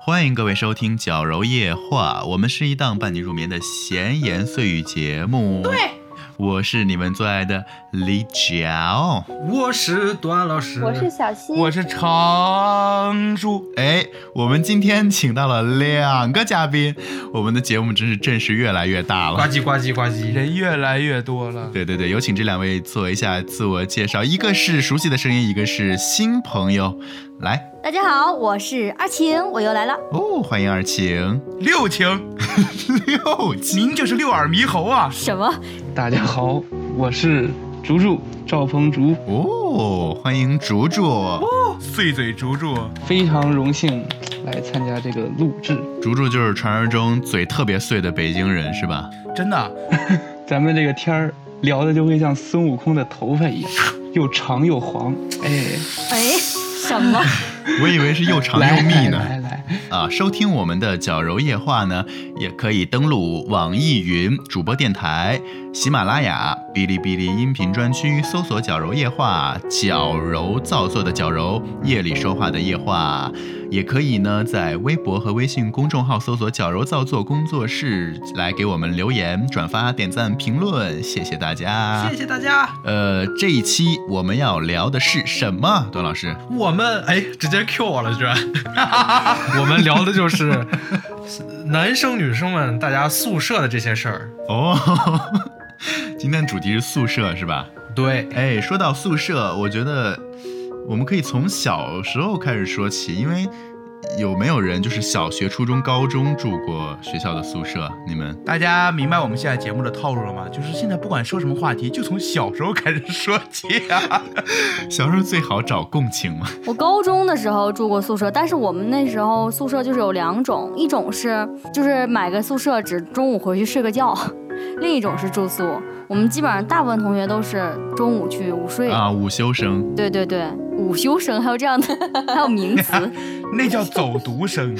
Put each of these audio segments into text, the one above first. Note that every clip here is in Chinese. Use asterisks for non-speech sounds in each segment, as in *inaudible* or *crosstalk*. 欢迎各位收听《矫揉夜话》，我们是一档伴你入眠的闲言碎语节目。对，我是你们最爱的李角。我是段老师，我是小溪，我是常叔，哎，我们今天请到了两个嘉宾，我们的节目真是阵势越来越大呱了。唧呱唧呱唧。人越来越多了。对对对，有请这两位做一下自我介绍，一个是熟悉的声音，一个是新朋友。来大家好，我是阿晴，我又来了。哦，欢迎二晴六情，六您就是六耳猕猴啊！什么？大家好，我是竹竹赵鹏竹，哦，欢迎竹竹。碎嘴竹竹，非常荣幸来参加这个录制。竹竹就是传说中嘴特别碎的北京人，是吧？真的，咱们这个天儿聊的就会像孙悟空的头发一样，又长又黄。哎，哎，什么？ *laughs* 我以为是又长来又密来呢。来来，啊，收听我们的矫揉夜话呢，也可以登录网易云主播电台、喜马拉雅、哔哩哔哩音频专区，搜索“矫揉夜话”，矫揉造作的矫揉，夜里说话的夜话。也可以呢，在微博和微信公众号搜索“矫揉造作工作室”来给我们留言、转发、点赞、评论，谢谢大家。谢谢大家，呃，这一期我们要聊的是什么？段老师，我们哎，直接 Q 我了，居然。 *laughs* 我们聊的 *laughs* 就是男生女生们大家宿舍的这些事儿。哦， *laughs* 今天主题是宿舍是吧？对，哎，说到宿舍，我觉得我们可以从小时候开始说起，因为有没有人就是小学、初中、高中住过学校的宿舍？你们大家明白我们现在节目的套路了吗？就是现在不管说什么话题，就从小时候开始说起啊。 *laughs* 小时候最好找共情嘛？我高中的时候住过宿舍，但是我们那时候宿舍就是有两种，一种是就是买个宿舍只中午回去睡个觉，另一种是住宿。我们基本上大部分同学都是中午去午睡。啊，午休生，对对对，午休生还有这样的， *laughs* 还有名词，那叫走读生，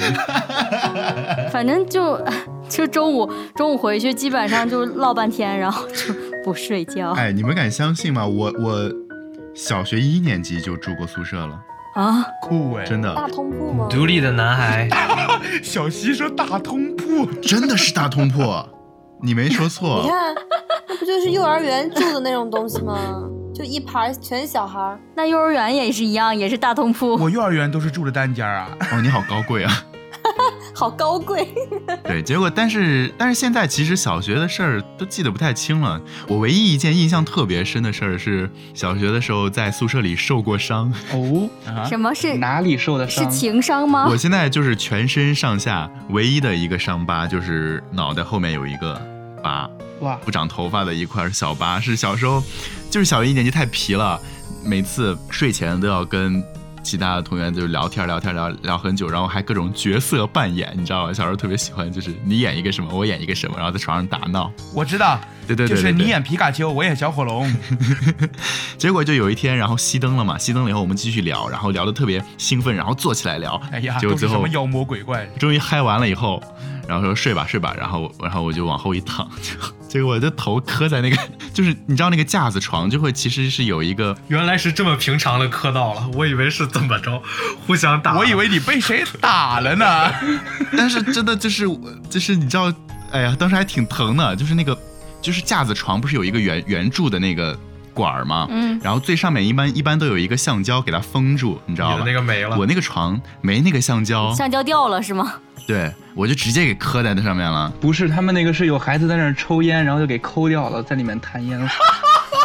反正就就中午中午回去基本上就唠半天，然后就不睡哦觉哎，你们敢相信吗？我我小学一年级就住过宿舍了，啊。酷哎！真大的，通铺吗？独立的男孩，小西说大通铺，真的是大通铺，你没说错。 *laughs* 你看，那不就是幼儿园住的那种东西吗？就一排儿全小孩儿，那幼儿园也是一样，也是大通铺。我幼儿园都是住的单间啊。哦，你好高贵啊！好高贵。对，结果但是但是现在其实小学的事儿都记得不太清了。我唯一一件印象特别深的事儿是小学的时候在宿舍里受过伤，哦，啊，什么是哪里受的是伤？情商吗？我现在就是全身上下唯一的一个伤疤就是脑袋后面有一个疤，哇，不长头发的一块小疤，是小时候就是小学一年级太皮了，每次睡前都要跟。其他的同学就聊天聊天聊聊很久，然后还各种角色扮演，你知道吗？小时候特别喜欢，就是你演一个什么，我演一个什么，然后在床上打闹。我知道，对对对对就是你对演皮卡丘，我演小 *laughs* 火龙。 *laughs* 结果就有一天，然后熄灯了嘛，熄灯了以后我们继续聊，然后聊得特别兴奋，然后坐起来聊，哎呀，结果都最是什后么妖魔鬼怪？终于嗨完了以后，然后说睡吧睡吧，然后然后我就往后一躺， *laughs* 结果我的头磕在那个，就是你知道那个架子床就会其实是有一个原来是这么平常的磕到了，我以为是怎么着，互相打。我以为你被谁 *laughs* 打了呢？但是真的就是就是你知道，哎呀，当时还挺疼的，就是那个就是架子床不是有一个圆圆柱的那个管儿吗？嗯，然后最上面一般一般都有一个橡胶给它封住，你知道你吧的？那个没了我，那个床没那个橡胶，橡胶掉了是 *laughs* 吗？对我就直接给磕在那上面了。不是，他们那个是有孩子在那儿抽烟，然后就给抠掉了，在里面弹烟花。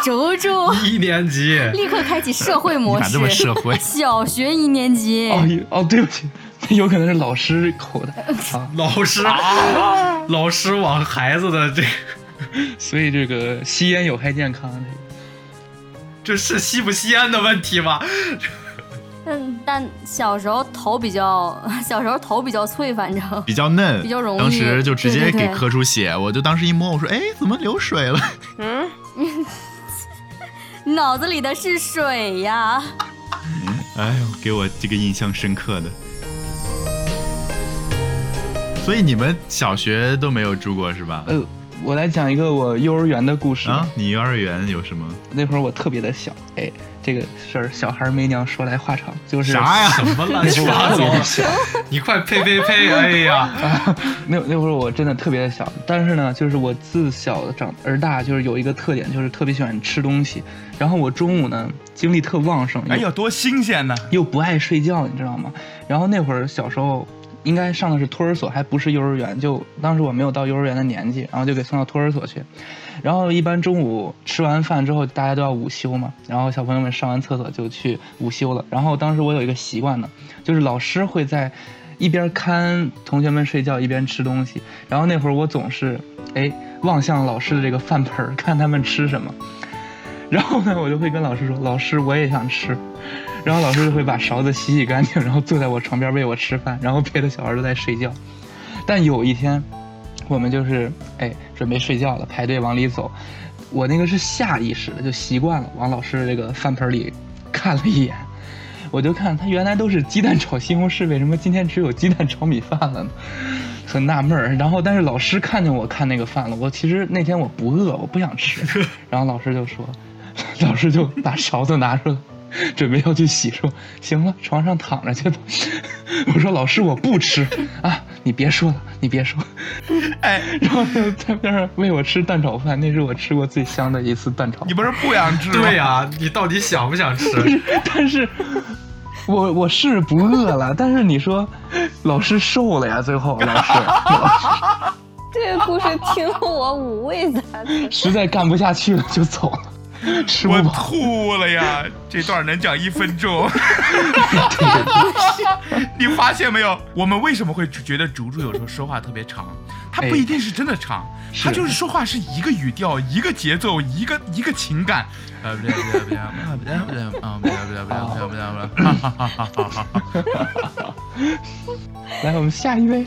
竹竹一年 *laughs* 级。立刻开启社会你模咋这么式。？社会 *laughs* 小学一年级，哦有哦，对不起， *laughs* 有可能是老师抠的啊，老师，啊老师往孩子的这所以这个吸烟有害健康。这这个是吸不吸烟的问题吗？嗯，但小时候头比较，小时候头比较脆，反正比较嫩，比较容易当时就直接对对给对磕出血，我就当时一摸，我说：“哎，怎么流水了嗯，脑子里的是水呀。？” *laughs* 哎呦，给我这个印象深刻的。所以你们小学都没有住过是吧？呃，我来讲一个我幼儿园的故事啊，你幼儿园有什么？那会儿我特别的小，哎，这个事儿小孩没娘说来话长，就是啥呀？ *laughs* 什么啊乱那七会儿八我特别的糟？小，你快呸呸呸！哎呀，那那会儿我真的特别的小，但是呢，就是我自小长而大，就是有一个特点，就是特别喜欢吃东西，然后我中午呢精力特旺盛，哎呀，多新鲜呐！又不爱睡觉，你知道吗？然后那会儿小时候应该上的是托儿所，还不是幼儿园，就当时我没有到幼儿园的年纪，然后就给送到托儿所去。然后一般中午吃完饭之后，大家都要午休嘛，然后小朋友们上完厕所就去午休了。然后当时我有一个习惯呢，就是老师会在一边看同学们睡觉，一边吃东西。然后那会儿我总是哎望向老师的这个饭盆儿，看他们吃什么。然后呢，我就会跟老师说：“老师，我也想吃。”然后老师就会把勺子洗洗干净，然后坐在我床边喂我吃饭，然后别的小孩都在睡觉。但有一天，我们就是哎准备睡觉了，排队往里走，我那个是下意识的，就习惯了往老师的这个饭盆里看了一眼，我就看他原来都是鸡蛋炒西红柿，为什么今天只有鸡蛋炒米饭了呢？ *laughs* 很纳闷儿。然后但是老师看见我看那个饭了，我其实那天我不饿，我不想吃。然后老师就说， *laughs* 老师就把勺子拿出来。 *laughs* 准备要去洗，说行了，床上躺着去吧。 *laughs* 我说老师，我不吃啊！你别说了，你别说。哎， *laughs* 然后就在边上喂我吃蛋炒饭，那是我吃过最香的一次蛋炒饭你。不是不想吃吗？对呀，你到底想不 *laughs* 想吃？但是，我我是不饿了，但是你说，老师瘦了呀，最后老师老师这个故事听了我五味杂 *laughs* 陈。实在干不下去了就走 *laughs* 了，吃我不饱。吐了呀！这段能讲一分钟。你发现没有？我们为什么会觉得竹竹有时候说话特别长？他不哎一定是真的长，他就是说话是一个语调、一个节奏、一个一个情感。呃，不对不对不对啊不对不对啊不对不对不对不对不对。哈哈哈哈哈！来，我们下一位，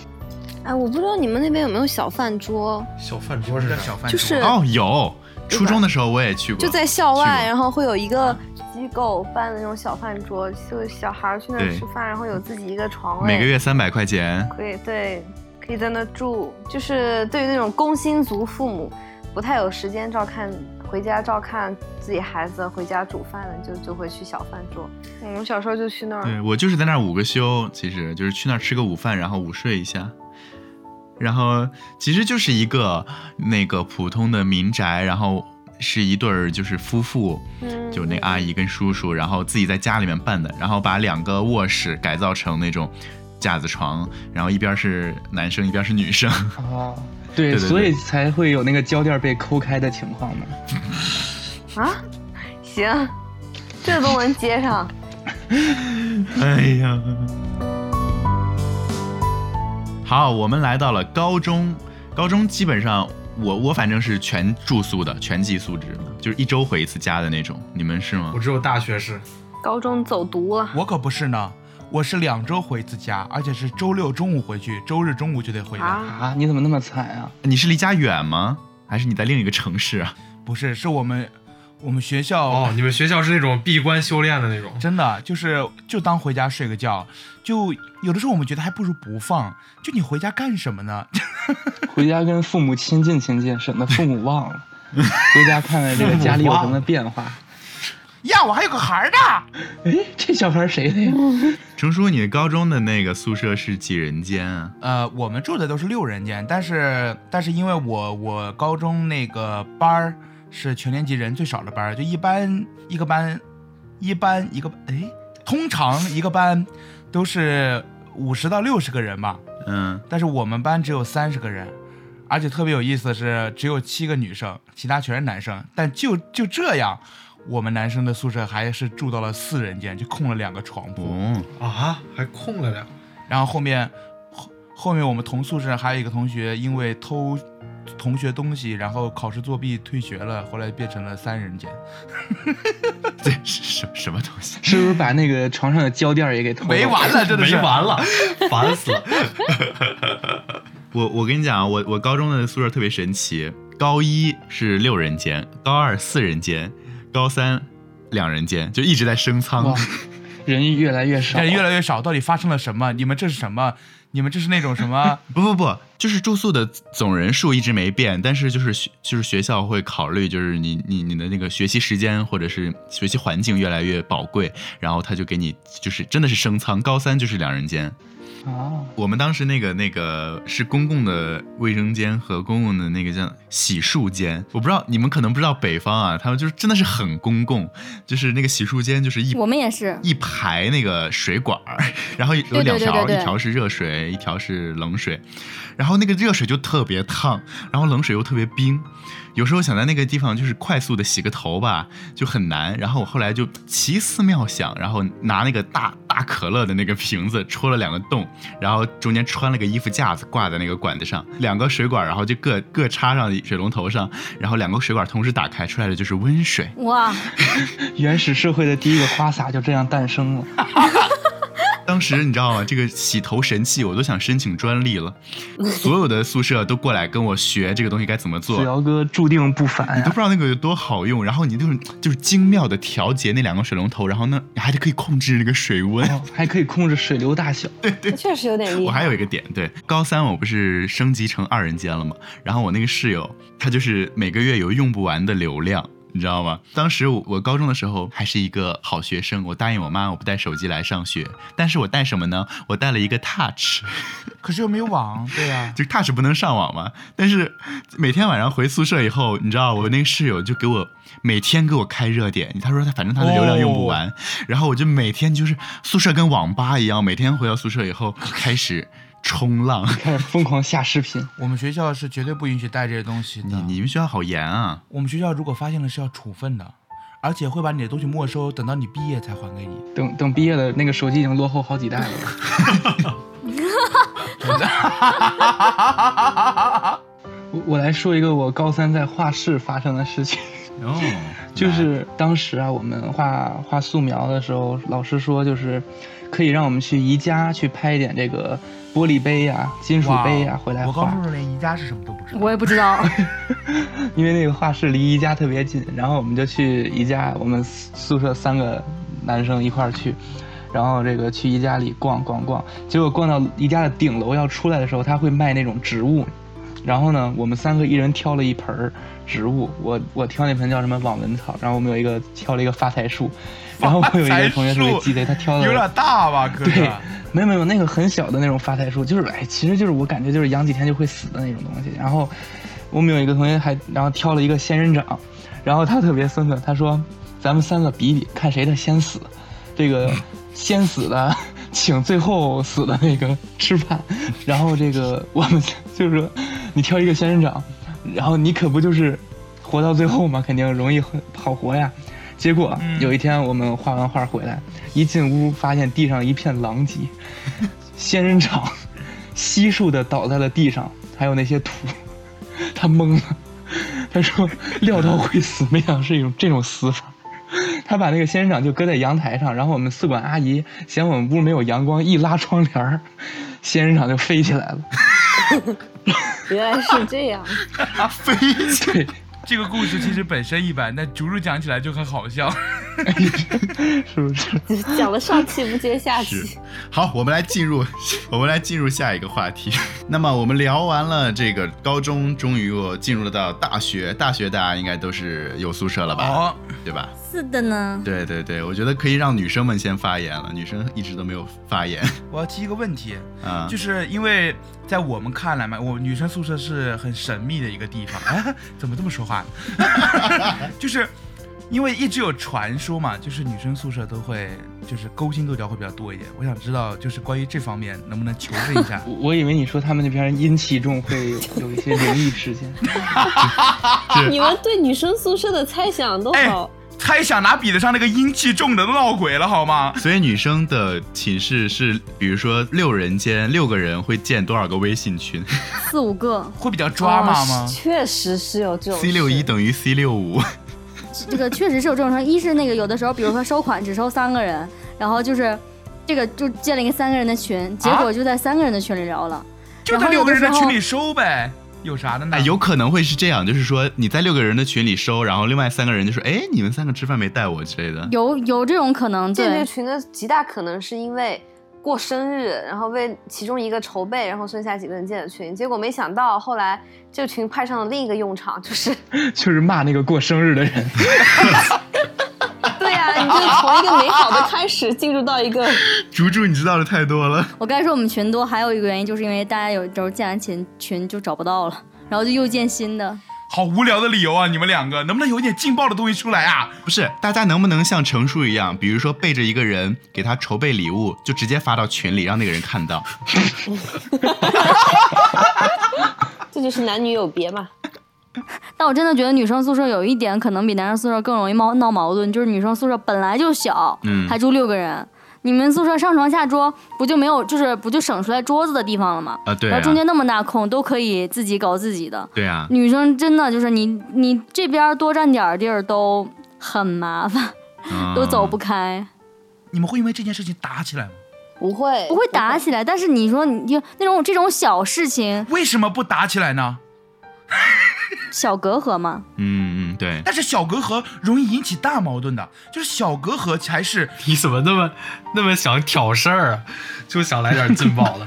*laughs* 哎，我不知道你们那边有没有小饭桌，小饭桌是这啥小？啊饭就是哦，有，初中的时候我也去过，就在校外，去然后会有一啊个机构办的那种小饭桌，就是小孩儿去那儿对吃饭，然后有自己一个床位，每个月三百块钱，可以对，可以在那住。就是对于那种工薪族父母，不太有时间照看回家照看自己孩子回家煮饭的，就就会去小饭桌。嗯我们小时候就去那对儿，我就是在那儿午个休，其实就是去那儿吃个午饭，然后午睡一下。然后其实就是一个那个普通的民宅，然后是一对儿就是夫妇，嗯，就那阿姨跟叔叔，然后自己在家里面办的，然后把两个卧室改造成那种架子床，然后一边是男生，一边是女生。哦，对，对对对所以才会有那个胶垫被抠开的情况嘛。啊，行，这都能接上。哎呀，好，我们来到了高中，高中基本上我我反正是全住宿的，全寄宿制，就是一周回一次家的那种。你们是吗我？只有大学是，高中走读了，我可不是呢，我是两周回一次家，而且是周六中午回去，周日中午就得回来。啊，啊，你怎么那么惨啊？你是离家远吗？还是你在另一个城市啊？ *laughs* 不是，是我们我们学校哦，你们学校是那种闭关修炼的那种。真的就是就当回家睡个觉，就有的时候我们觉得还不如不放。就你回家干什么呢？ *laughs* 回家跟父母亲近亲近，省得父母忘 *laughs* 了。回家看看这个家里有什么变化。呀，我还有个孩儿呢。 *laughs* 哎，嗯这小孩谁的呀？程叔，你的高中的那个宿舍是几人间啊？呃，我们住的都是六人间，但是但是因为我我高中那个班儿是全年级人最少的班儿，就一般一个班，一般一个哎，通常一个班都是五十到六十个人吧。嗯，但是我们班只有三十个人，而且特别有意思的是，只有七个女生，其他全是男生。但就就这样，我们男生的宿舍还是住到了四人间，就空了两个床铺。哦，啊，还空了俩。然后后面后后面我们同宿舍还有一个同学因为偷同学东西，然后考试作弊退学了，后来变成了三人间。 *laughs* 这是什什么东西？是不是把那个床上的胶垫儿也给偷了？没完了，真的没是完了，烦死了！我我跟你讲啊，我我高中的宿舍特别神奇，高一是六人间，高二四人间，高三两人间，就一直在升哇舱。，人越来越少，人越来越少，到底发生了什么？你们这是什么？你们这是那种什么不不不，就是住宿的总人数一直没变，但是就是学就是学校会考虑，就是你你你的那个学习时间或者是学习环境越来越宝贵，然后他就给你就是真的是升舱，高三就是两人间。啊，我们当时那个那个是公共的卫生间和公共的那个叫洗漱间，我不知道你们可能不知道北方啊，他们就是真的是很公共，就是那个洗漱间就是一我们也是，一排那个水管儿， *laughs* 然后有对对两条，对对对一条是热水，一条是冷水，然后那个热水就特别烫，然后冷水又特别冰，有时候想在那个地方就是快速的洗个头吧，就很难。然后我后来就奇思妙想，然后拿那个大大可乐的那个瓶子戳了两个洞，然后中间穿了个衣服架子挂在那个管子上，两个水管儿，然后就各各插上水龙头上，然后两个水管儿同时打开，出来的就是温水。哇，原始社会的第一个花洒就这样诞生了。当时你知道吗？这个洗头神器我都想申请专利了，所有的宿舍都过来跟我学这个东西该怎么做子。尧哥注定不凡你都呀不、知道那个有多好用，然后你就是就是精妙的调节那两个水龙头，然后呢你还得可以控制那个水温。哦，还可以控制水流大 *laughs* 小。确实有点厉我害。还有一个点，对，高三我不是升级成二人间了吗？然后我那个室友，他就是每个月有用不完的流量。你知道吗？当时我我高中的时候还是一个好学生，我答应我妈我不带手机来上学，但是我带什么呢？我带了一个 Touch，可是又没有网，对呀、就 touch 不能上网嘛。但是每天晚上回宿舍以后，你知道我那个室友就给我每天给我开热点，他说他反正他的流量用不完，然后我就每天就是宿舍跟网吧一样，每天回到宿舍以后开始冲浪。开始疯狂下视频，我们学校是绝对不允许带这些东西的。你你们学校好严啊！我们学校如果发现了是要处分的，而且会把你的东西没收，等到你毕业才还给你。等等毕业了，那个手机已经落后好几代了。 *laughs* 我我来说一个我高三在画室发生的事情，哦，就是当时啊，我们画画素描的时候，老师说就是可以让我们去宜家去拍一点这个玻璃杯呀、金属哇哦杯呀、啊回来我高画中，时候连宜家是什么都不知道。 *laughs* 我也不 *laughs* 知道， *laughs* 因为那个画室离宜家特别近，然后我们就去宜家，我们宿宿舍三个男生一块儿去。然后这个去宜家里逛逛逛，结果逛到宜家的顶楼要出来的时候，他会卖那种植物。然后呢，我们三个一人挑了一盆儿植物，我我挑那盆叫什么网纹草，然后我们有一个挑了一个发财树，然后我有一个同学特别鸡贼，他挑的有点大吧，哥对哥。，没有没有那个很小的那种发财树，就是哎，其实就是我感觉就是养几天就会死的那种东西。然后我们有一个同学还然后挑了一个仙人掌，然后他特别孙子，他说咱们三个比比看谁的先死，这个先死的 *laughs* 请最后死的那个吃饭。 *laughs* 然后这个我们就是说你挑一个仙人掌，然后你可不就是活到最后嘛，肯定容易好活呀。结果有一天我们画完画回来，一进屋发现地上一片狼藉，仙人掌 *laughs* 悉数的倒在了地上，还有那些土， *laughs* 他懵了， *laughs* 他说料到会死，没想到是一种这种死法。他把那个仙人掌就搁在阳台上，然后我们宿管阿姨嫌我们屋没有阳光，一拉窗帘儿，仙人掌就飞起来了。原来是这 *laughs* 样，对，这个故事其实本身一般，但竹竹讲起来就很好笑。是不是？？讲的上气不接下气。好，我们来进入， *laughs* 我们来进入下一个话题。那么我们聊完了这个高中，终于我进入了到大学。大学大家应该都是有宿舍了吧？哦，对吧？是的呢。对对对，我觉得可以让女生们先发言了，女生一直都没有发 *laughs* 言我要提一个问题，啊。就是因为在我们看来嘛，我女生宿舍是很神秘的一个地方。哎，怎么这么说话呢？ *laughs* 就是因为一直有传说嘛，就是女生宿舍都会就是勾心斗角会比较多一点。我想知道，就是关于这方面能不能求证一下 *laughs* *laughs* 我我以为你说他们那边阴气重，会有有一些灵异事件。你们对女生宿舍的猜想都哎好，猜想哪比得上那个阴气重的都闹鬼了好吗？所以女生的寝室是，比如说六人间，六个人会建多少个微信群四五个，会比较抓马吗？确实是有这种？C 六一事等于 C 六五，嗯这个确实是有这种事儿。一是那个有的时候，比如说收款只收三个人，然后就是这个就建了一个三个人的群，结啊果就在三个人的群里聊了。嗯就在六个人的群里收呗，有啥的呢？哎，有可能会是这样，就是说你在六个人的群里收，然后另外三个人就说，哎，你们三个吃饭没带我之类的。有有这种可能，这对类群的极大可能是因为。过生日，然后为其中一个筹备，然后剩下几个人建的群。结果没想到后来这个群派上了另一个用场，就是 *laughs* 就是骂那个过生日的人。 *laughs* 对呀、你就从一个美好的开始进入到一个竹竹，你知道的太多 *laughs* 了。我刚才说我们群多，还有一个原因就是因为大家有时候建完群群就找不到了，然后就又建新的。好无聊的理由啊！你们两个能不能有点劲爆的东西出来啊？不是，大家能不能像程叔一样，比如说背着一个人给他筹备礼物，就直接发到群里，让那个人看到？这就是男女有别嘛。但我真的觉得女生宿舍有一点可能比男生宿舍更容易闹闹矛盾，就是女生宿舍本来就小，嗯还住六个人，你们宿舍上床下桌不就没有，就是不就省出来桌子的地方了吗？啊，对然啊后，中间那么大空都可以自己搞自己的，对啊，女生真的就是你你这边多占点儿地儿都很麻烦，嗯都走不。开，你们会因为这件事情打起来吗？不会，不会打起来。但是你说你就那种这种小事情、为什么不打起来呢？小隔阂嘛，嗯嗯，对。但是小隔阂容易引起大矛盾的，就是小隔阂才是 *laughs* 你怎么那么那么想挑事儿啊？就想来点劲爆的。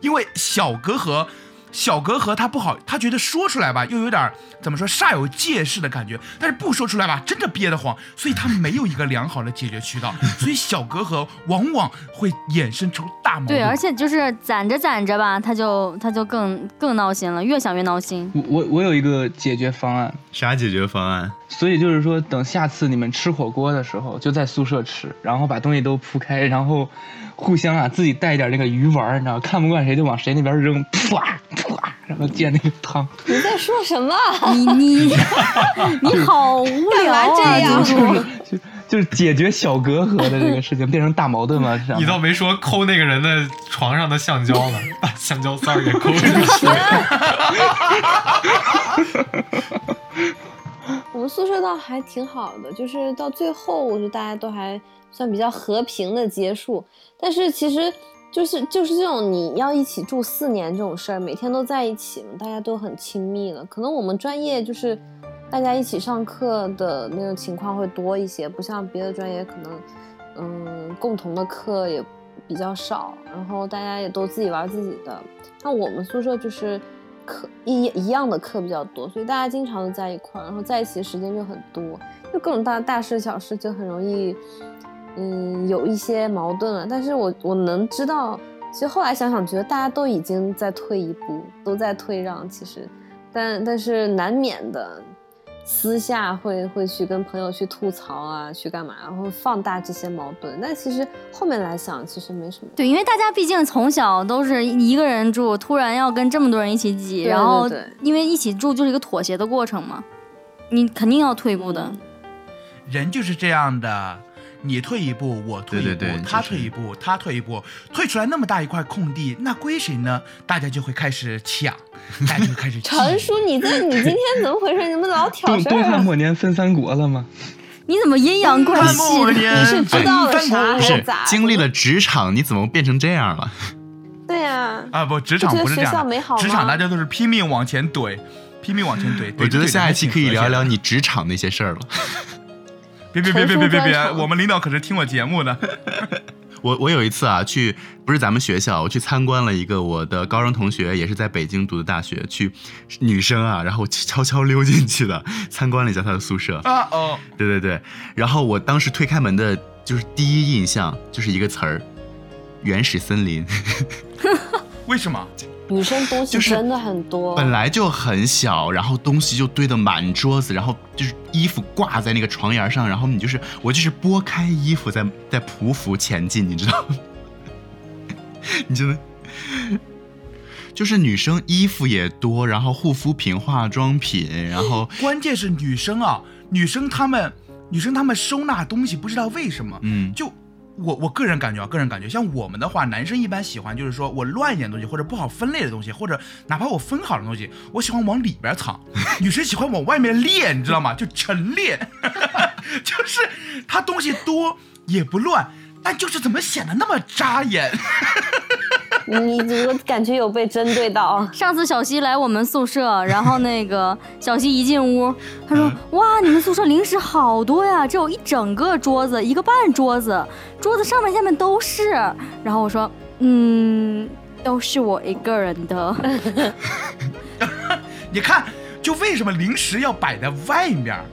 因为小隔阂，小隔阂他不好，他觉得说出来吧，又有点儿怎么说煞有介事的感觉，但是不说出来吧，真的憋得慌，所以他没有一个良好的解决渠道， *laughs* 所以小隔阂往往会衍生出大矛盾。嗯对，而且就是攒着攒着吧，他就他就更更闹心了，越想越闹 *laughs* 心。 *laughs* 我我我有一个解决方案，啥解决方案？所以就是说，等下次你们吃火锅的时候，就在宿舍吃，然后把东西都铺开，然后互相啊自己带一点那个鱼丸儿，你知道，看不惯谁就往谁那边扔，啪啪，然后溅那个汤。你在说什么？你 *laughs* 你你好无聊干嘛这啊！样就是 *laughs* 就就是解决小隔阂的这个事情，变成大矛盾嘛？是这样你吗倒没说抠那个人的床上的橡胶呢，把橡胶塞儿给抠出去。我们宿舍倒还挺好的，就是到最后，我觉得大家都还算比较和平的结束。但是其实就是就是这种你要一起住四年这种事儿，每天都在一起嘛，大家都很亲密了。可能我们专业就是大家一起上课的那种情况会多一些，不像别的专业可能，嗯，共同的课也比较少，然后大家也都自己玩自己的。那我们宿舍就是课一一样的课比较多，所以大家经常都在一块儿，然后在一起的时间就很多，就各种大大事小事就很容易，嗯，有一些矛盾了。但是我我能知道，其实后来想想，觉得大家都已经在退一步，都在退让，其实，但但是难免的。私下会会去跟朋友去吐槽啊，去干嘛，然后放大这些矛盾。但其实后面来想，其实没什么。对，因为大家毕竟从小都是一个人住，突然要跟这么多人一起挤，对然后对对因为一起住就是一个妥协的过程嘛，你肯定要退步的。人就是这样的，你退一步，我退一步，对对对他就是退一步，他退一步，退出来那么大一块空地，那归谁呢？大家就会开始抢，大家就 *laughs* 开始陈挤叔，你这你今天怎么回事？你怎么老挑东事东儿、汉啊？末年分三国了吗？ *laughs* 你怎么阴阳 *laughs* 怪汉气末的？年你是知道了哎啥不还是咋？经历了职场，你怎么变成这样了？对呀、啊，不，职场我觉得不是这样学校的美好，吗职场大家都是拼命往前怼，拼命往前怼。我觉得下一期可以聊一聊你。你职场那些事儿了。别别别别别别陈述别专，场我们领导可是听我节目的。我我有一次啊，去不是咱们学校，我去参观了一个我的高中同学，也是在北京读的大学，去女生啊，然后我悄悄溜进去的， *laughs* 参观了一下她的宿舍。啊哦，对对对，然后我当时推开门的就是第一印象就是一个词儿，原始森林。为什么？女生东西就是真的很多。本来就很小，然后东西就堆得满桌子，然后就是衣服挂在那个床沿上，然后你就是我就是拨开衣服在在匍匐前进，你知道吗？ *laughs* 你觉得？就是女生衣服也多，然后护肤品、化妆品，然后关键是女生啊，女生她们，女生她们收纳东西不知道为什么，嗯，就我我个人感觉啊，个人感觉，像我们的话，男生一般喜欢就是说我乱一点东西，或者不好分类的东西，或者哪怕我分好的东西，我喜欢往里边藏， *laughs* 女生喜欢往外面列，你知道吗？就陈列， *laughs* 就是她东西多也不乱，但就是怎么显得那么扎眼。你我感觉有被针对到。 *laughs* 上次小西来我们宿舍， *laughs* 然后那个小西一进屋，他说：“哇，你们宿舍零食好多呀，这有一整个桌子，一个半桌子，桌子上面下面都是。”然后我说：“嗯，都是我一个人的。 *laughs* 你看，就为什么零食要摆在外面儿？”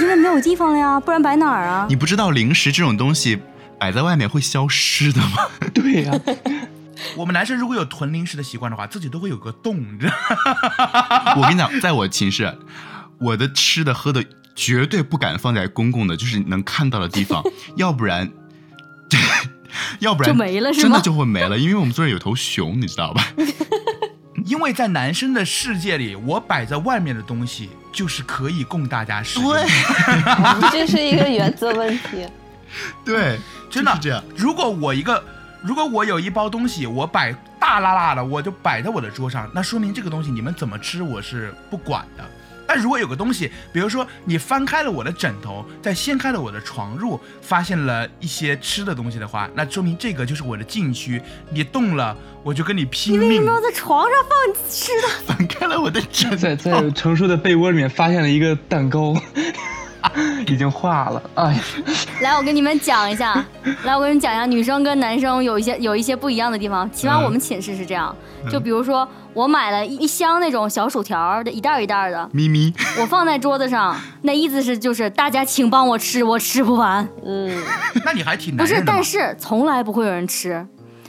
因为没有地方了呀，不然摆哪儿啊？你不知道零食这种东西摆在外面会消失的吗？对呀、我们男生如果有囤零食的习惯的话，自己都会有个洞，你知道吗？ *laughs* 我跟你讲，在我寝室，我的吃的喝的绝对不敢放在公共的，就是能看到的地方，要不然， *laughs* 要不然就没了是吗真的就会没了，因为我们宿舍有头熊，你知道吧？ *laughs* 因为在男生的世界里，我摆在外面的东西就是可以供大家使用。对，这是一个原则问题。对，真的就是这样。如果我一个，如果我有一包东西，我摆大辣辣的，我就摆在我的桌上，那说明这个东西你们怎么吃我是不管的。但如果有个东西，比如说你翻开了我的枕头，再掀开了我的床褥，发现了一些吃的东西的话，那说明这个就是我的禁区，你动了我就跟你拼为命什。么要在床上放吃的？翻开了我的枕头，在在程叔的被窝里面发现了一个蛋糕， *laughs* 已经化了。哎呀，来，我跟你们讲一下，来，我跟你们讲一下，女生跟男生有一些有一些不一样的地方。起码我们寝室是这样，就比如说我买了一一箱那种小薯条儿的，一袋儿一袋儿的，咪咪，我放在桌子上，那意思是就是大家请帮我吃，我吃不完。嗯， *laughs* 那你还挺不男是， *laughs* 人的嘛但是从来不会有人吃，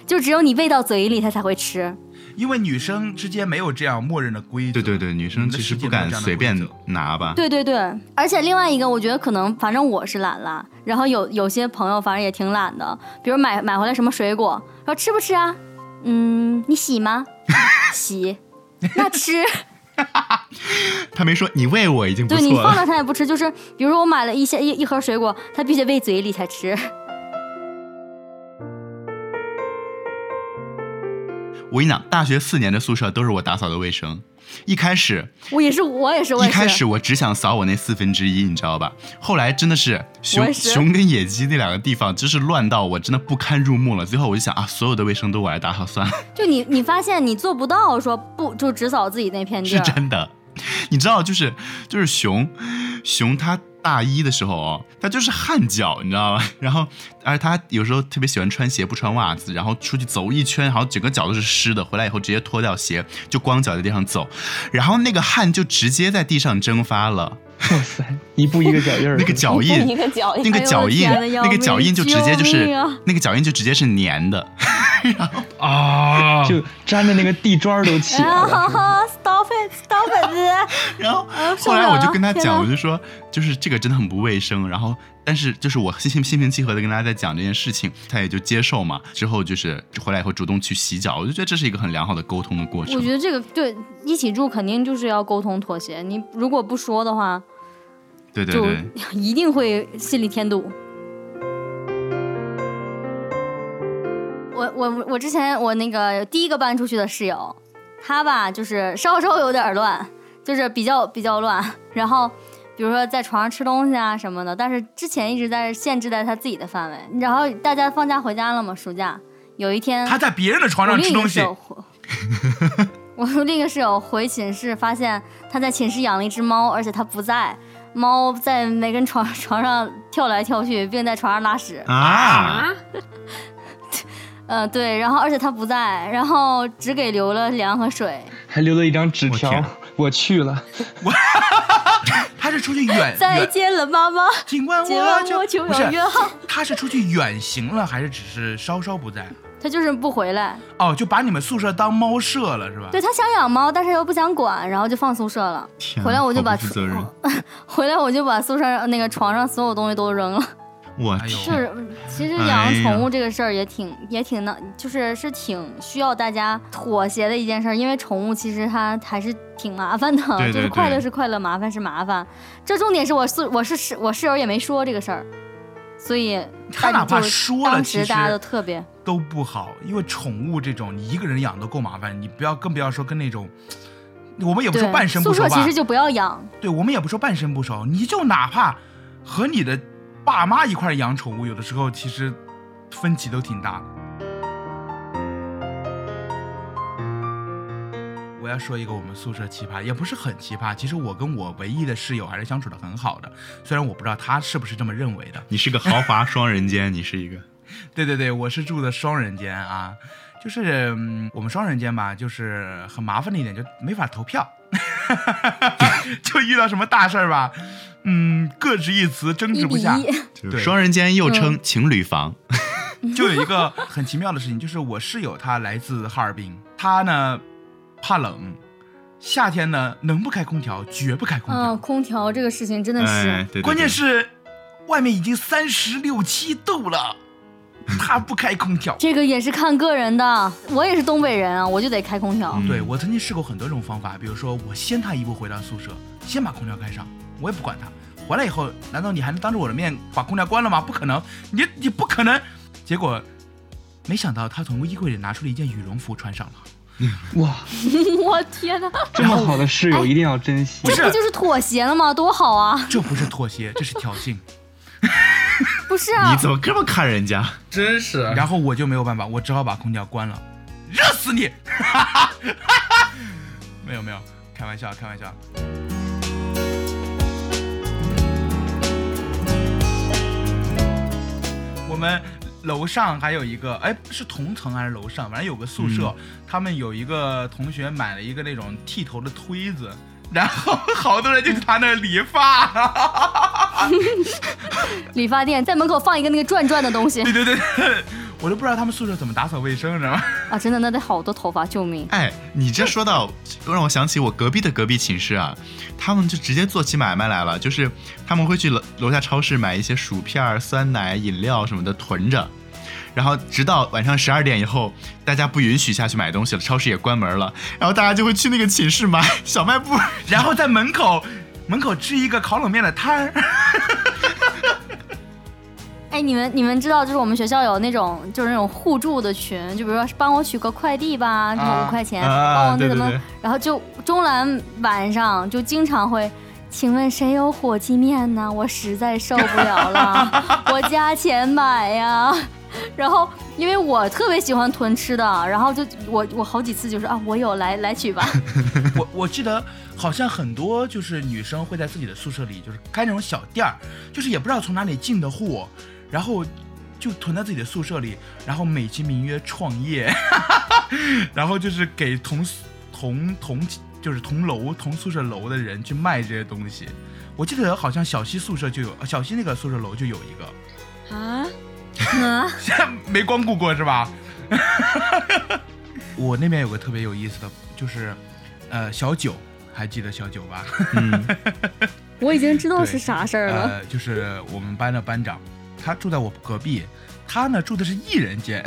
就只有你喂到嘴里，他才会吃。因为女生之间没有这样默认的规则。对对对，女生其实不敢随便拿吧。对对对，而且另外一个，我觉得可能反正我是懒啦，然后有有些朋友反正也挺懒的，比如买买回来什么水果，说吃不吃啊？嗯，你洗吗？ *laughs* 洗，*laughs* 那吃。他没说你喂我已经不对你错放了。那他也不吃，就是比如说我买了一些一一盒水果，他必须得喂嘴里才吃。 *laughs* 我跟你讲，大学四年的宿舍都是我打扫的卫生。一开始我也是，我也是，我一也开是始。我只想扫我那四分之一，你知道吧？后来真的是熊也是熊跟野鸡那两个地方，真是乱到我真的不堪入目了。最后我就想啊，所有的卫生都我来打扫算了，就你你发现你做不到说不就只扫自己那片地是儿，真的。你知道，就是就是熊，熊它大一的时候哦，它就是汗脚，你知道吧？ *laughs* 然后而它有时候特别喜欢穿鞋不穿袜子，然后出去走一圈，然后整个脚都是湿的，回来以后直接脱掉鞋，就光脚在地上走，然后那个汗就直接在地上蒸发了，哇塞，一步一个脚印儿， *laughs* 那个脚 *laughs* 印，一个脚印那个脚印，哎呦那我的天呐个脚印就直接就是救命啊那个脚印就直接是粘的， *laughs* 啊，就粘的那个地砖儿都起来啊哈了。*laughs* 哈，stop *laughs* it，stop *laughs* it，然后啊受后来不了我了就跟他天哪讲，我就说就是这个真的很不卫生，然后但是就是我心心平气和的跟大家在讲这件事情，他也就接受嘛。之后就是回来以后主动去洗脚，我就觉得这是一个很良好的沟通的过程我。觉得这个对一起住肯定就是要沟通妥协，你如果不说的话，对对就对， *laughs* 一定会心里添堵。我我我之前我那个第一个搬出去的室友，他吧就是稍稍有点乱，就是比较比较乱。然后比如说在床上吃东西啊什么的，但是之前一直在限制在他自己的范围。然后大家放假回家了嘛，暑假有一天他在别人的床我上另吃一个东室西，友回，我另一个室友回寝室，发现他在寝室养了一只猫，而且他不在，猫在每根床 *laughs* 床上跳来跳去，并在床上拉屎。啊，嗯、对，然后而且他不在，然后只给留了粮和水，还留了一张纸我天条，我去了。他是出去 *laughs* 远再远，见了妈妈，尽管今晚就我求不是有约好。他是出去远行了，还是只是稍稍不在？他就是不回来，哦，就把你们宿舍当猫舍了是吧？对他想养猫，但是又不想管，然后就放宿舍了。天回来哪我就好不把哦负厨责任，回来我就把宿舍那个床上所有东西都扔了。我哎呦去就是，其实哎养呀宠物这个事儿也挺、也挺那，就是是挺需要大家妥协的一件事儿，因为宠物其实它还是挺麻烦的，对就对是快乐对是快乐，麻烦是麻烦。这重点是我室我是室我室友也没说这个事儿，所以他大哪怕就说了当其时实大家都特别都不好，因为宠物这种你一个人养都够麻烦，你不要更不要说跟那种，我们也不说对半生宿不熟舍吧，其实就不要养，对我们也不说半生不熟，你就哪怕和你的爸妈一块儿养宠物，有的时候其实分歧都挺大的。我要说一个我们宿舍奇葩，也不是很奇葩。其实我跟我唯一的室友还是相处的很好的，虽然我不知道他是不是这么认为的。你是个豪华双人间，你是一个对对对，我是住的双人间啊，就是、嗯我们双人间吧，就是很麻烦的一点，就没法投票， *laughs* 就遇到什么大事儿吧，嗯，各执一词，争一执比不下。 *laughs* 一，就是对双人间，又嗯称情侣房。就有一个很奇妙的事情，就是我室友他来自哈尔滨，他呢怕冷，夏天呢能不开空调绝不开空嗯，调，空调这个事情真的哎是，对对对关键是外面已经三十六七度了，他不开空调。这个也是看个人的。我也是东北人啊，我就得开空调。嗯对我曾经试过很多种方法，比如说我先他一步回到宿舍，先把空调开上，我也不管他。回来以后，难道你还能当着我的面把空调关了吗？不可能，你你不可能。结果，没想到他从衣柜里拿出了一件羽绒服穿上了。哇， *laughs* 我天哪，这么好的室哎友一定要珍惜。这不就是妥协了吗？多好啊！这不是妥协，这是挑衅。不是啊你，怎么这么看人家？真是。然后我就没有办法，我只好把空调关了，热死你！ *laughs* 没有没有，开玩笑开玩笑。我们楼上还有一个，哎，是同层还是楼上？反正有个宿舍，他们有一个同学买了一个那种剃头的推子，然后好多人就去他那儿理发。 *laughs* 理发店在门口放一个那个转转的东西对对对，对我都不知道他们宿舍怎么打扫卫生，你知道吗？啊，真的那得好多头发，救命！哎，你这说到让我想起我隔壁的隔壁寝室啊，他们就直接做起买卖来了，就是他们会去楼楼下超市买一些薯片儿、酸奶、饮料什么的囤着，然后直到晚上十二点以后，大家不允许下去买东西了，超市也关门了，然后大家就会去那个寝室买小卖部。然后在门口门口支一个烤冷面的摊儿， *laughs* 哎，你们你们知道，就是我们学校有那种就是那种互助的群，就比如说帮我取个快递吧，这种五块钱，啊帮我那对怎么，对对然后就中蓝晚上就经常会。请问谁有火鸡面呢？我实在受不了 *laughs* 了，我加钱买呀。然后，因为我特别喜欢囤吃的，然后就我我好几次就是啊，我有来来 *laughs* 取吧。我我记得好像很多就是女生会在自己的宿舍里就是开那种小店儿，就是也不知道从哪里进的货，然后就囤在自己的宿舍里，然后美其名曰创业， *laughs* 然后就是给同宿同同就是同楼同宿舍楼的人去卖这些东西。我记得好像小西宿舍就有，小西那个宿舍楼就有一 *laughs* 个，啊啊！现在没光顾过是吧？ *laughs* 我那边有个特别有意思的，就是，呃，小九，还记得小九吧？嗯，我已经知道对是啥事儿了。 *laughs* 呃，就是我们班的班长，他住在我隔壁，他呢住的是一人间。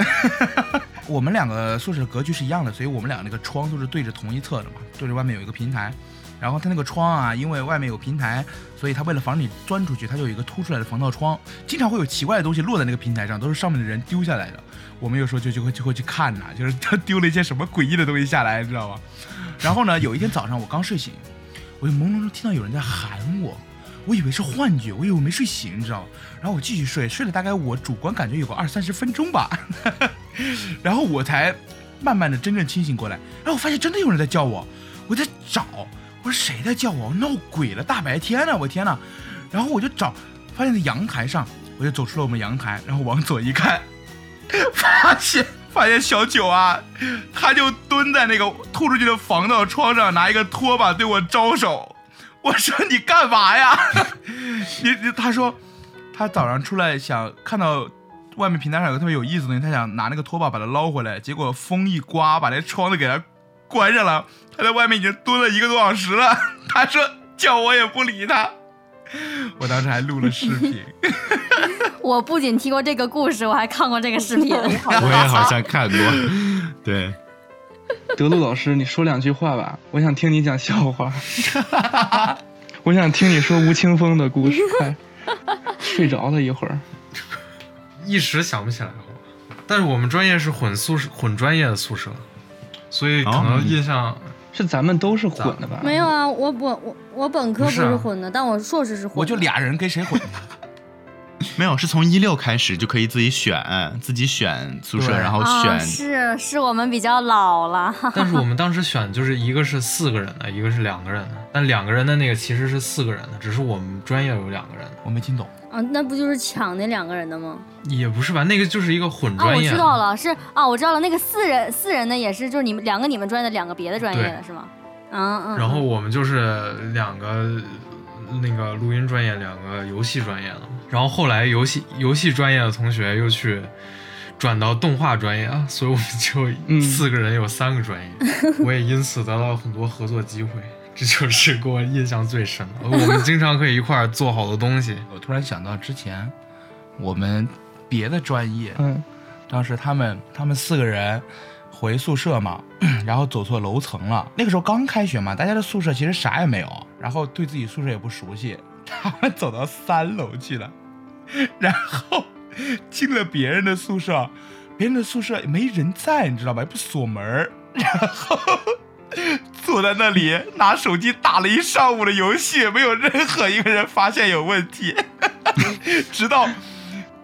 *laughs* 我们两个宿舍格局是一样的，所以我们俩那个窗都是对着同一侧的嘛，对着外面有一个平台。然后他那个窗啊，因为外面有平台，所以啊他为了防止你钻出去，他就有一个凸出来的防盗窗。经常会有奇怪的东西落在那个平台上，都是上面的人丢下来的。我们有时候就就会就会去看呐、就是他丢了一些什么诡异的东西下来，你知道吗？然后呢，有一天早上我刚睡醒，我就朦胧中听到有人在喊我，我以为是幻觉，我以为我没睡醒，你知道吗？然后我继续睡，睡了大概我主观感觉有个二三十分钟吧， *laughs* 然后我才慢慢的真正清醒过来，然后我发现真的有人在叫我，我在找，我说谁在叫我？闹鬼了，大白天呢、啊我天呐！然后我就找，发现在阳台上，我就走出了我们阳台，然后往左一看， *laughs* 发现发现小九啊，他就蹲在那个吐出去的防盗窗上，拿一个拖把对我招手。我说你干嘛呀？ *laughs* 你你他说他早上出来想看到外面平台上有个特别有意思的东西，他想拿那个拖把把它捞回来，结果风一刮，把那窗子给他关上了。他在外面已经蹲了一个多小时了。 *laughs* 他说叫我也不理他。我当时还录了视 *laughs* 频，我不仅听过这个故事，我还看过这个视频。我也好像看过， *laughs* 对。德路老师，你说两句话吧，我想听你讲笑话， *laughs* 我想听你说吴青峰的故事。快，睡着了一会儿，一时想不起来了。但是我们专业是混宿舍，混专业的宿舍，所以可哦能印象、 *laughs* 是咱们都是混的吧？没有啊，我我我我本科不不是啊是混的，但我硕士是混的。我就俩人跟谁混？没有，是从一六开始就可以自己选，自己选宿舍，对然后啊，选是是我们比较老了，但是我们当时选就是一个是四个人的，一个是两个人的，但两个人的那个其实是四个人的，只是我们专业有两个人的，我没听懂。啊，那不就是抢那两个人的吗？也不是吧？那个就是一个混啊，专我业。知道了，是啊，我知道了，那个四人四人的也是，就是你们两个你们专业的，两个别的专业的对是吗？嗯嗯。然后我们就是两个那个录音专业，两个游戏专业的嘛。然后后来游戏游戏专业的同学又去转到动画专业啊，所以我们就嗯四个人有三个专业，我也因此得到了很多合作机会。这就是给我印象最深的，我们经常可以一块儿做好多东西。我突然想到之前我们别的专业，嗯，当时他们他们四个人回宿舍嘛， *coughs* 然后走错楼层了。那个时候刚开学嘛，大家的宿舍其实啥也没有，然后对自己宿舍也不熟悉， *laughs* 他们走到三楼去了，然后进了别人的宿舍，别人的宿舍没人在，你知道吧？也不锁门儿然后。 *laughs* 坐在那里拿手机打了一上午的游戏，没有任何一个人发现有问题，直到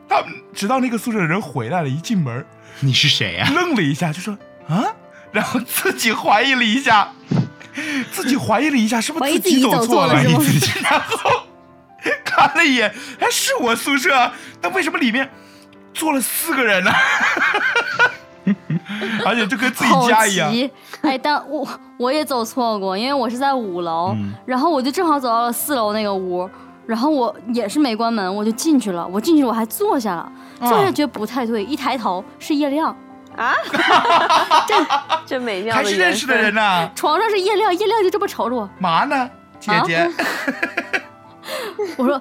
他们直到那个宿舍的人回来了，一进门儿你是谁呀、愣了一下，就说啊，然后自己怀疑了一下，自己怀疑了一下，是不怀是疑自己自己走走错错了？了是吗自己然后看了一眼，哎，是我宿舍，那为什么里面坐了四 *laughs* 个人呢？而且就跟自己好家一样，奇， *laughs* 哎，但我我也走错过，因为我是在五楼，嗯然后我就正好走到了四楼那个屋，然后我也是没关门，我就进去了。我进去了我还坐下了，嗯坐下觉得不太对，一抬头是叶亮，啊，这这美妙还的是认识的人呢、呢、床上是叶亮，叶亮就这么瞅着我，嘛呢，姐姐？啊我说，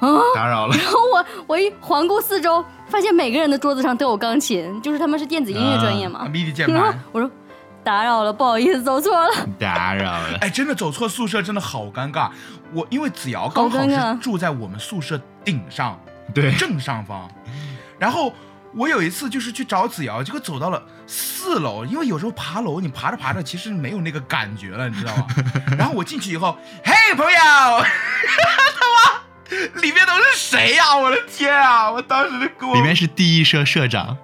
哦打扰了， *laughs* 然后我我一环顾四周，发现每个人的桌子上都有钢琴，就是他们是电子音乐专业嘛。迷你键然后盘。我说打扰了，不好意思，走错了。打扰了。哎，真的走错宿舍真的好尴尬。我因为子瑶刚好好尴是尬住在我们宿舍顶上 *laughs* 对，正上方，然后我有一次就是去找子瑶，结果走到了四楼，因为有时候爬楼你爬着爬着其实没有那个感觉了，你知道吗？ *laughs* 然后我进去以后，嘿，朋友， *laughs* 他妈里面都是谁呀、我的天啊！我当时就给我里面是地艺社社长，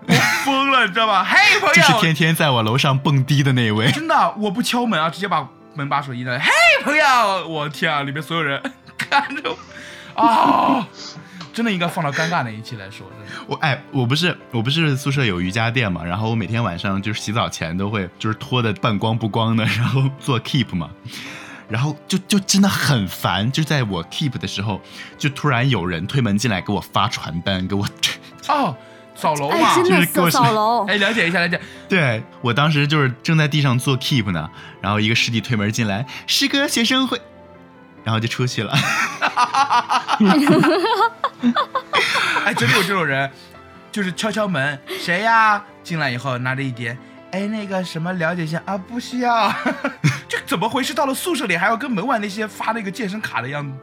疯了，你知道吗？嘿，朋友，就是天天在我楼上蹦迪的那位。 *laughs* *laughs* 真的，我不敲门啊，直接把门把手一拿，嘿，朋友，我天啊，里面所有人看着我啊，真的应该放到尴尬那一期来说，真的。我哎，我不是我不是宿舍有瑜伽垫嘛，然后我每天晚上就是洗澡前都会就是脱的半光不光的，然后做 keep 嘛，然后就就真的很烦，就在我 keep 的时候，就突然有人推门进来给我发传单，给我 *laughs* 哦，扫楼哎嘛，，真就是的给我扫扫楼，哎，了解一下，了解。对我当时就是正在地上做 keep 呢，然后一个师弟推门进来，师哥学生会，然后就出去了。哎，真的有这种人，就是敲敲门，谁呀？进来以后拿着一叠，哎，那个什么，了解一下啊，不需要。 *laughs* 这怎么回事？到了宿舍里还要跟门外那些发那个健身卡的样子。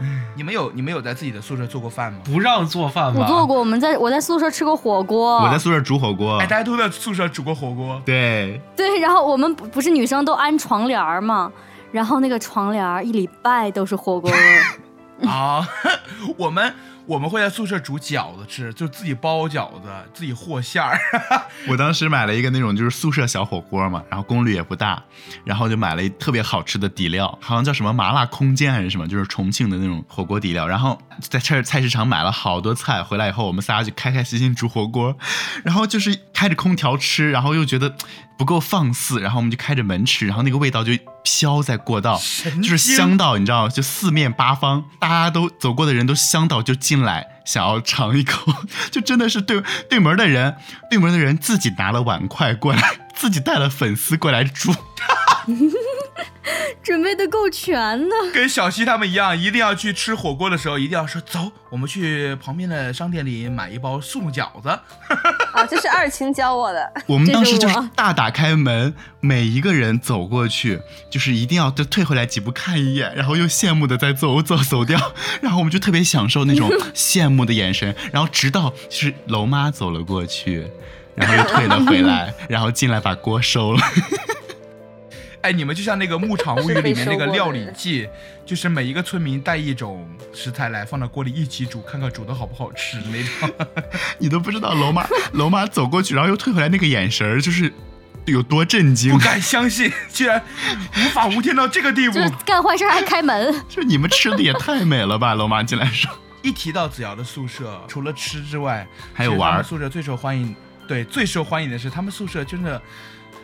哎你们有你们有在自己的宿舍做过饭吗？不让做饭吧？我做哎过，我们在我在宿舍吃过火锅，我在宿舍煮火锅哎，，大家都在宿舍煮过火锅。对，对，然后我们不不是女生都安床帘儿嘛，然后那个床帘儿一礼拜都是火锅味儿。 *laughs* 啊，我们我们会在宿舍煮饺子吃，就自己包饺子，自己和馅儿。 *laughs* 我当时买了一个那种就是宿舍小火锅嘛，然后功率也不大，然后就买了一特别好吃的底料，好像叫什么麻辣空间还是什么，就是重庆的那种火锅底料。然后在菜菜市场买了好多菜，回来以后我们仨就开开心心煮火锅，然后就是开着空调吃，然后又觉得嘖不够放肆，然后我们就开着门吃，然后那个味道就飘在过道，神就是经香到你知道，就四面八方，大家都走过的人都香到就进来想要尝一口， *laughs* 就真的是对对门的人，对门的人自己拿了碗筷过来， *laughs* 自己带了粉丝过来煮， *laughs* 准备的够全的。跟小西他们一样，一定要去吃火锅的时候，一定要说走，我们去旁边的商店里买一包速冻饺子。 *laughs* 啊，这是二青教我的，我们这当是时就是我大打开门，每一个人走过去，就是一定要退退回来几步看一眼，然后又羡慕的再走走走掉，然后我们就特别享受 *laughs* 那种羡慕的眼神，然后直到就是楼妈走了过 *laughs* 去，然后又退了回来，然后进来把锅收了。哎，你们就像那个《牧场物语》是被里面那个收获料的理人记，就是每一个村民带一种食材来，放到锅里一起煮，看看煮的好不好吃那种。 *laughs* 你都不知道龙 *laughs* 妈龙妈走过去，然后又退回来那个眼神儿，就是有多震惊不。敢相信，居然无法无天到这个地步就。是干坏事儿还开门， *laughs* 就你们吃的也太美了吧！龙妈进来说， *laughs* 一提到子瑶的宿舍，除了吃之外，还有其实他玩们儿宿舍最受欢迎，对，最受欢迎的是他们宿舍真的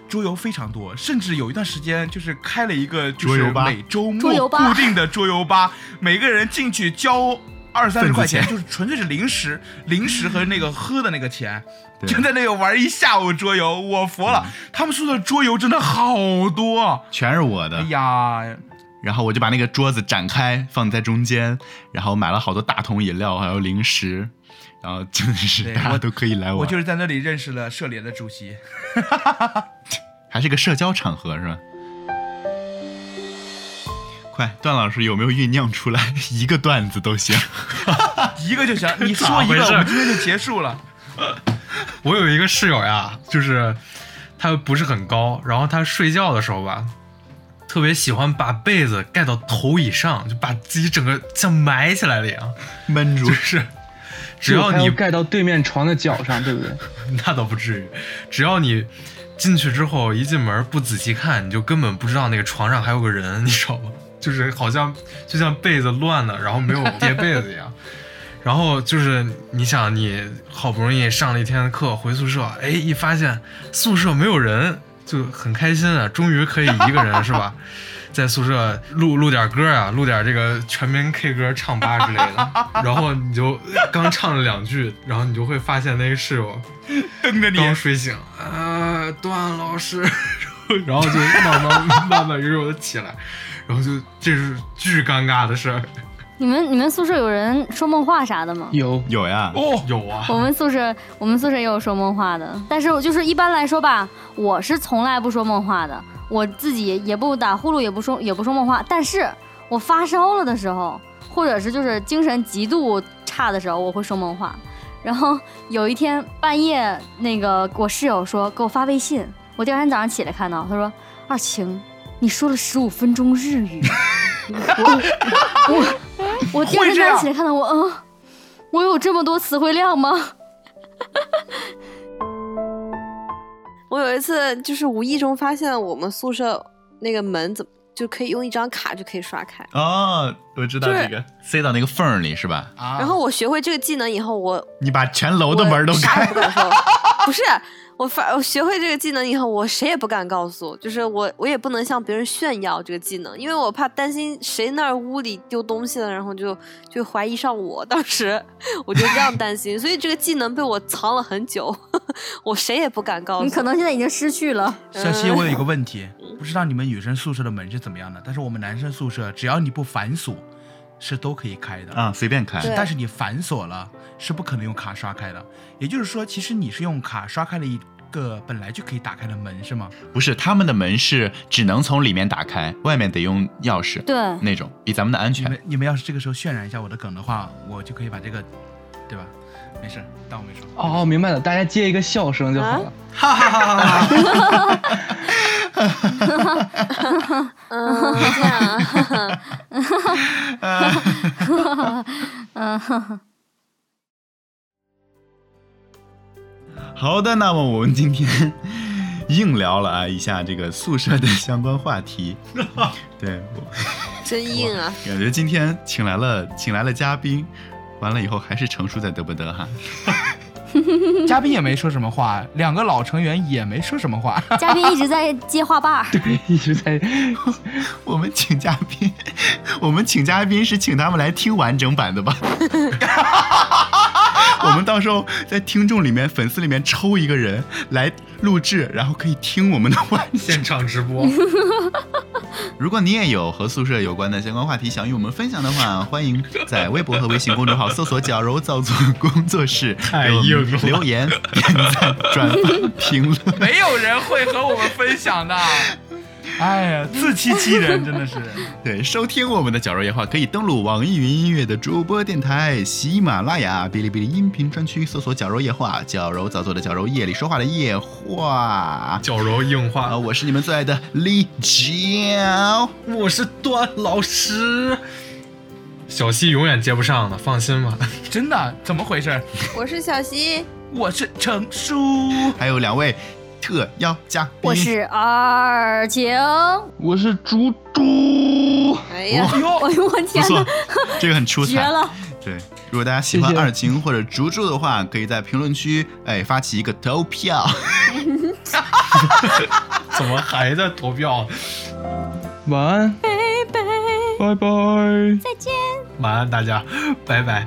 桌游非常多，甚至有一段时间就是开了一个就桌是游吧每周桌游末吧固定的桌游吧， *laughs* 每个人进去交二三份子十块钱，钱就是纯粹是零食、零食和 *laughs* 那个喝的那个钱。对嗯就在那里玩一下午桌游，我服了！他们宿舍桌游真的好多，全是我哎的。呀，然后我就把那个桌子展开放在中间，然后买了好多大桶饮料，还有零食，然后真的是对大家我都可以来玩。我就是在那里认识了社联的主席。还是个社交场合是吧？快，段老师有没有酝酿出来一个段子都行？一个就行，你咋说一回个，事我们今天就结束了。我有一个室友呀，就是他不是很高，然后他睡觉的时候吧，特别喜欢把被子盖到头以上，就把自己整个像埋起来了一样。闷住就，是只要还你盖到对面床的脚上，对不对？ *laughs* 那倒不至于，只要你进去之后一进门不仔细看，你就根本不知道那个床上还有个人，你知道吗？ *laughs* 就是好像就像被子乱了，然后没有叠被子一样。然后就是你想，你好不容易上了一天的课回宿舍，哎，一发现宿舍没有人，就很开心啊，终于可以一个人是吧？ *laughs* 在宿舍录录点歌啊，录点这个全民 K 歌唱吧之类的，然后你就刚唱了两句，然后你就会发现那个室友瞪着你，刚睡醒，呃，段老师，然后就慢 *laughs* 慢慢慢悠悠的起来，然后就这是巨尴尬的事儿。你们你们宿舍有人说梦话啥的吗？有有呀，哦，有 *laughs* 啊，我们宿舍我们宿舍也有说梦话的，但是我就是一般来说吧，我是从来不说梦话的，我自己也也不打呼噜，也不说也不说梦话。但是我发烧了的时候，或者是就是精神极度差的时候，我会说梦话。然后有一天半夜，那个我室友说给我发微信，我第二天早上起来看到，他说二晴，你说了十五分钟日语。我我我第二天早上起来看到我，嗯，我有这么多词汇量吗？我有一次就是无意中发现我们宿舍那个门怎么就可以用一张卡就可以刷开，哦，我知道就是这个，塞到那个缝儿里是吧？啊然后我学会这个技能以后，我你把全楼我的门儿都啥也开不，敢说，不是。我发我学会这个技能以后，我谁也不敢告诉，就是我我也不能向别人炫耀这个技能，因为我怕担心谁那儿屋里丢东西了，然后就就怀疑上我。当时我就这样担心，所以这个技能被我藏了很久，我谁也不敢告诉。你可能现在已经失去了。小西，我有一个问题，不知道你们女生宿舍的门是怎么样的，但是我们男生宿舍只要你不反锁，是都可以开的。啊，随便开。对但是你反锁了，是不可能用卡刷开的。也就是说，其实你是用卡刷开了一个本来就可以打开的门，是吗？不是，他们的门是只能从里面打开，外面得用钥匙， *laughs* 对，那种比咱们的安你全。们你们要是这个时候渲染一下我的梗的话，我就可以把这个，对吧？没事，当我没说。 *laughs* 哦，明白了，大家接一个笑声就好了。啊哈哈哈哈哈！嗯，这样啊。好的，那么我们今天硬聊了啊一下这个宿舍的相关话 *laughs* 题。对，我真硬啊！感觉今天请来了请来了嘉宾，完了以后还是成叔在嘚不嘚哈。嘉宾也没说什么话，两个老成员也没说什么话。 *laughs* 嘉宾一直在接话把儿， *laughs* *laughs* 一直在我们请嘉宾， *laughs* 我们请嘉宾是请他们来听完整版的吧。 *laughs* 我们到时候在听众里面、粉丝里面抽一个人来录制，然后可以听我们的完整。现场直 *laughs* 播，如果你也有和宿舍有关的相关话题想与我们分享的 *laughs* 话，欢迎在微博和微信公众号搜索“矫揉造作工作室”， *laughs* 太哎给我们硬了留言、点赞、转发、评论。没有人会和我们分享的。哎呀，自欺欺人，真的是。 *laughs* 对，收听我们的绞肉夜话，可以登录网易云音乐的主播电台、喜马拉雅、哔哩哔哩音频专区，搜索“绞肉夜话”，绞肉造作的绞肉，夜里说话的夜话。矫揉硬啊，哦化。我是你们最爱的李角。我是段老师，小西永远接不上的，放心吧。真的？怎么回事？我是小溪，我是程叔，还有两位特邀嘉宾，我是二晴，哦我是猪猪，哎呀，哎呦我不天错 *laughs* 哪，，这个很出绝彩。了！对，如果大家喜欢谢谢二晴或者竹竹的话，可以在评论区哎发起一个投票。怎么还在投票？晚安，贝贝，拜拜。再见。晚安，大家，拜拜。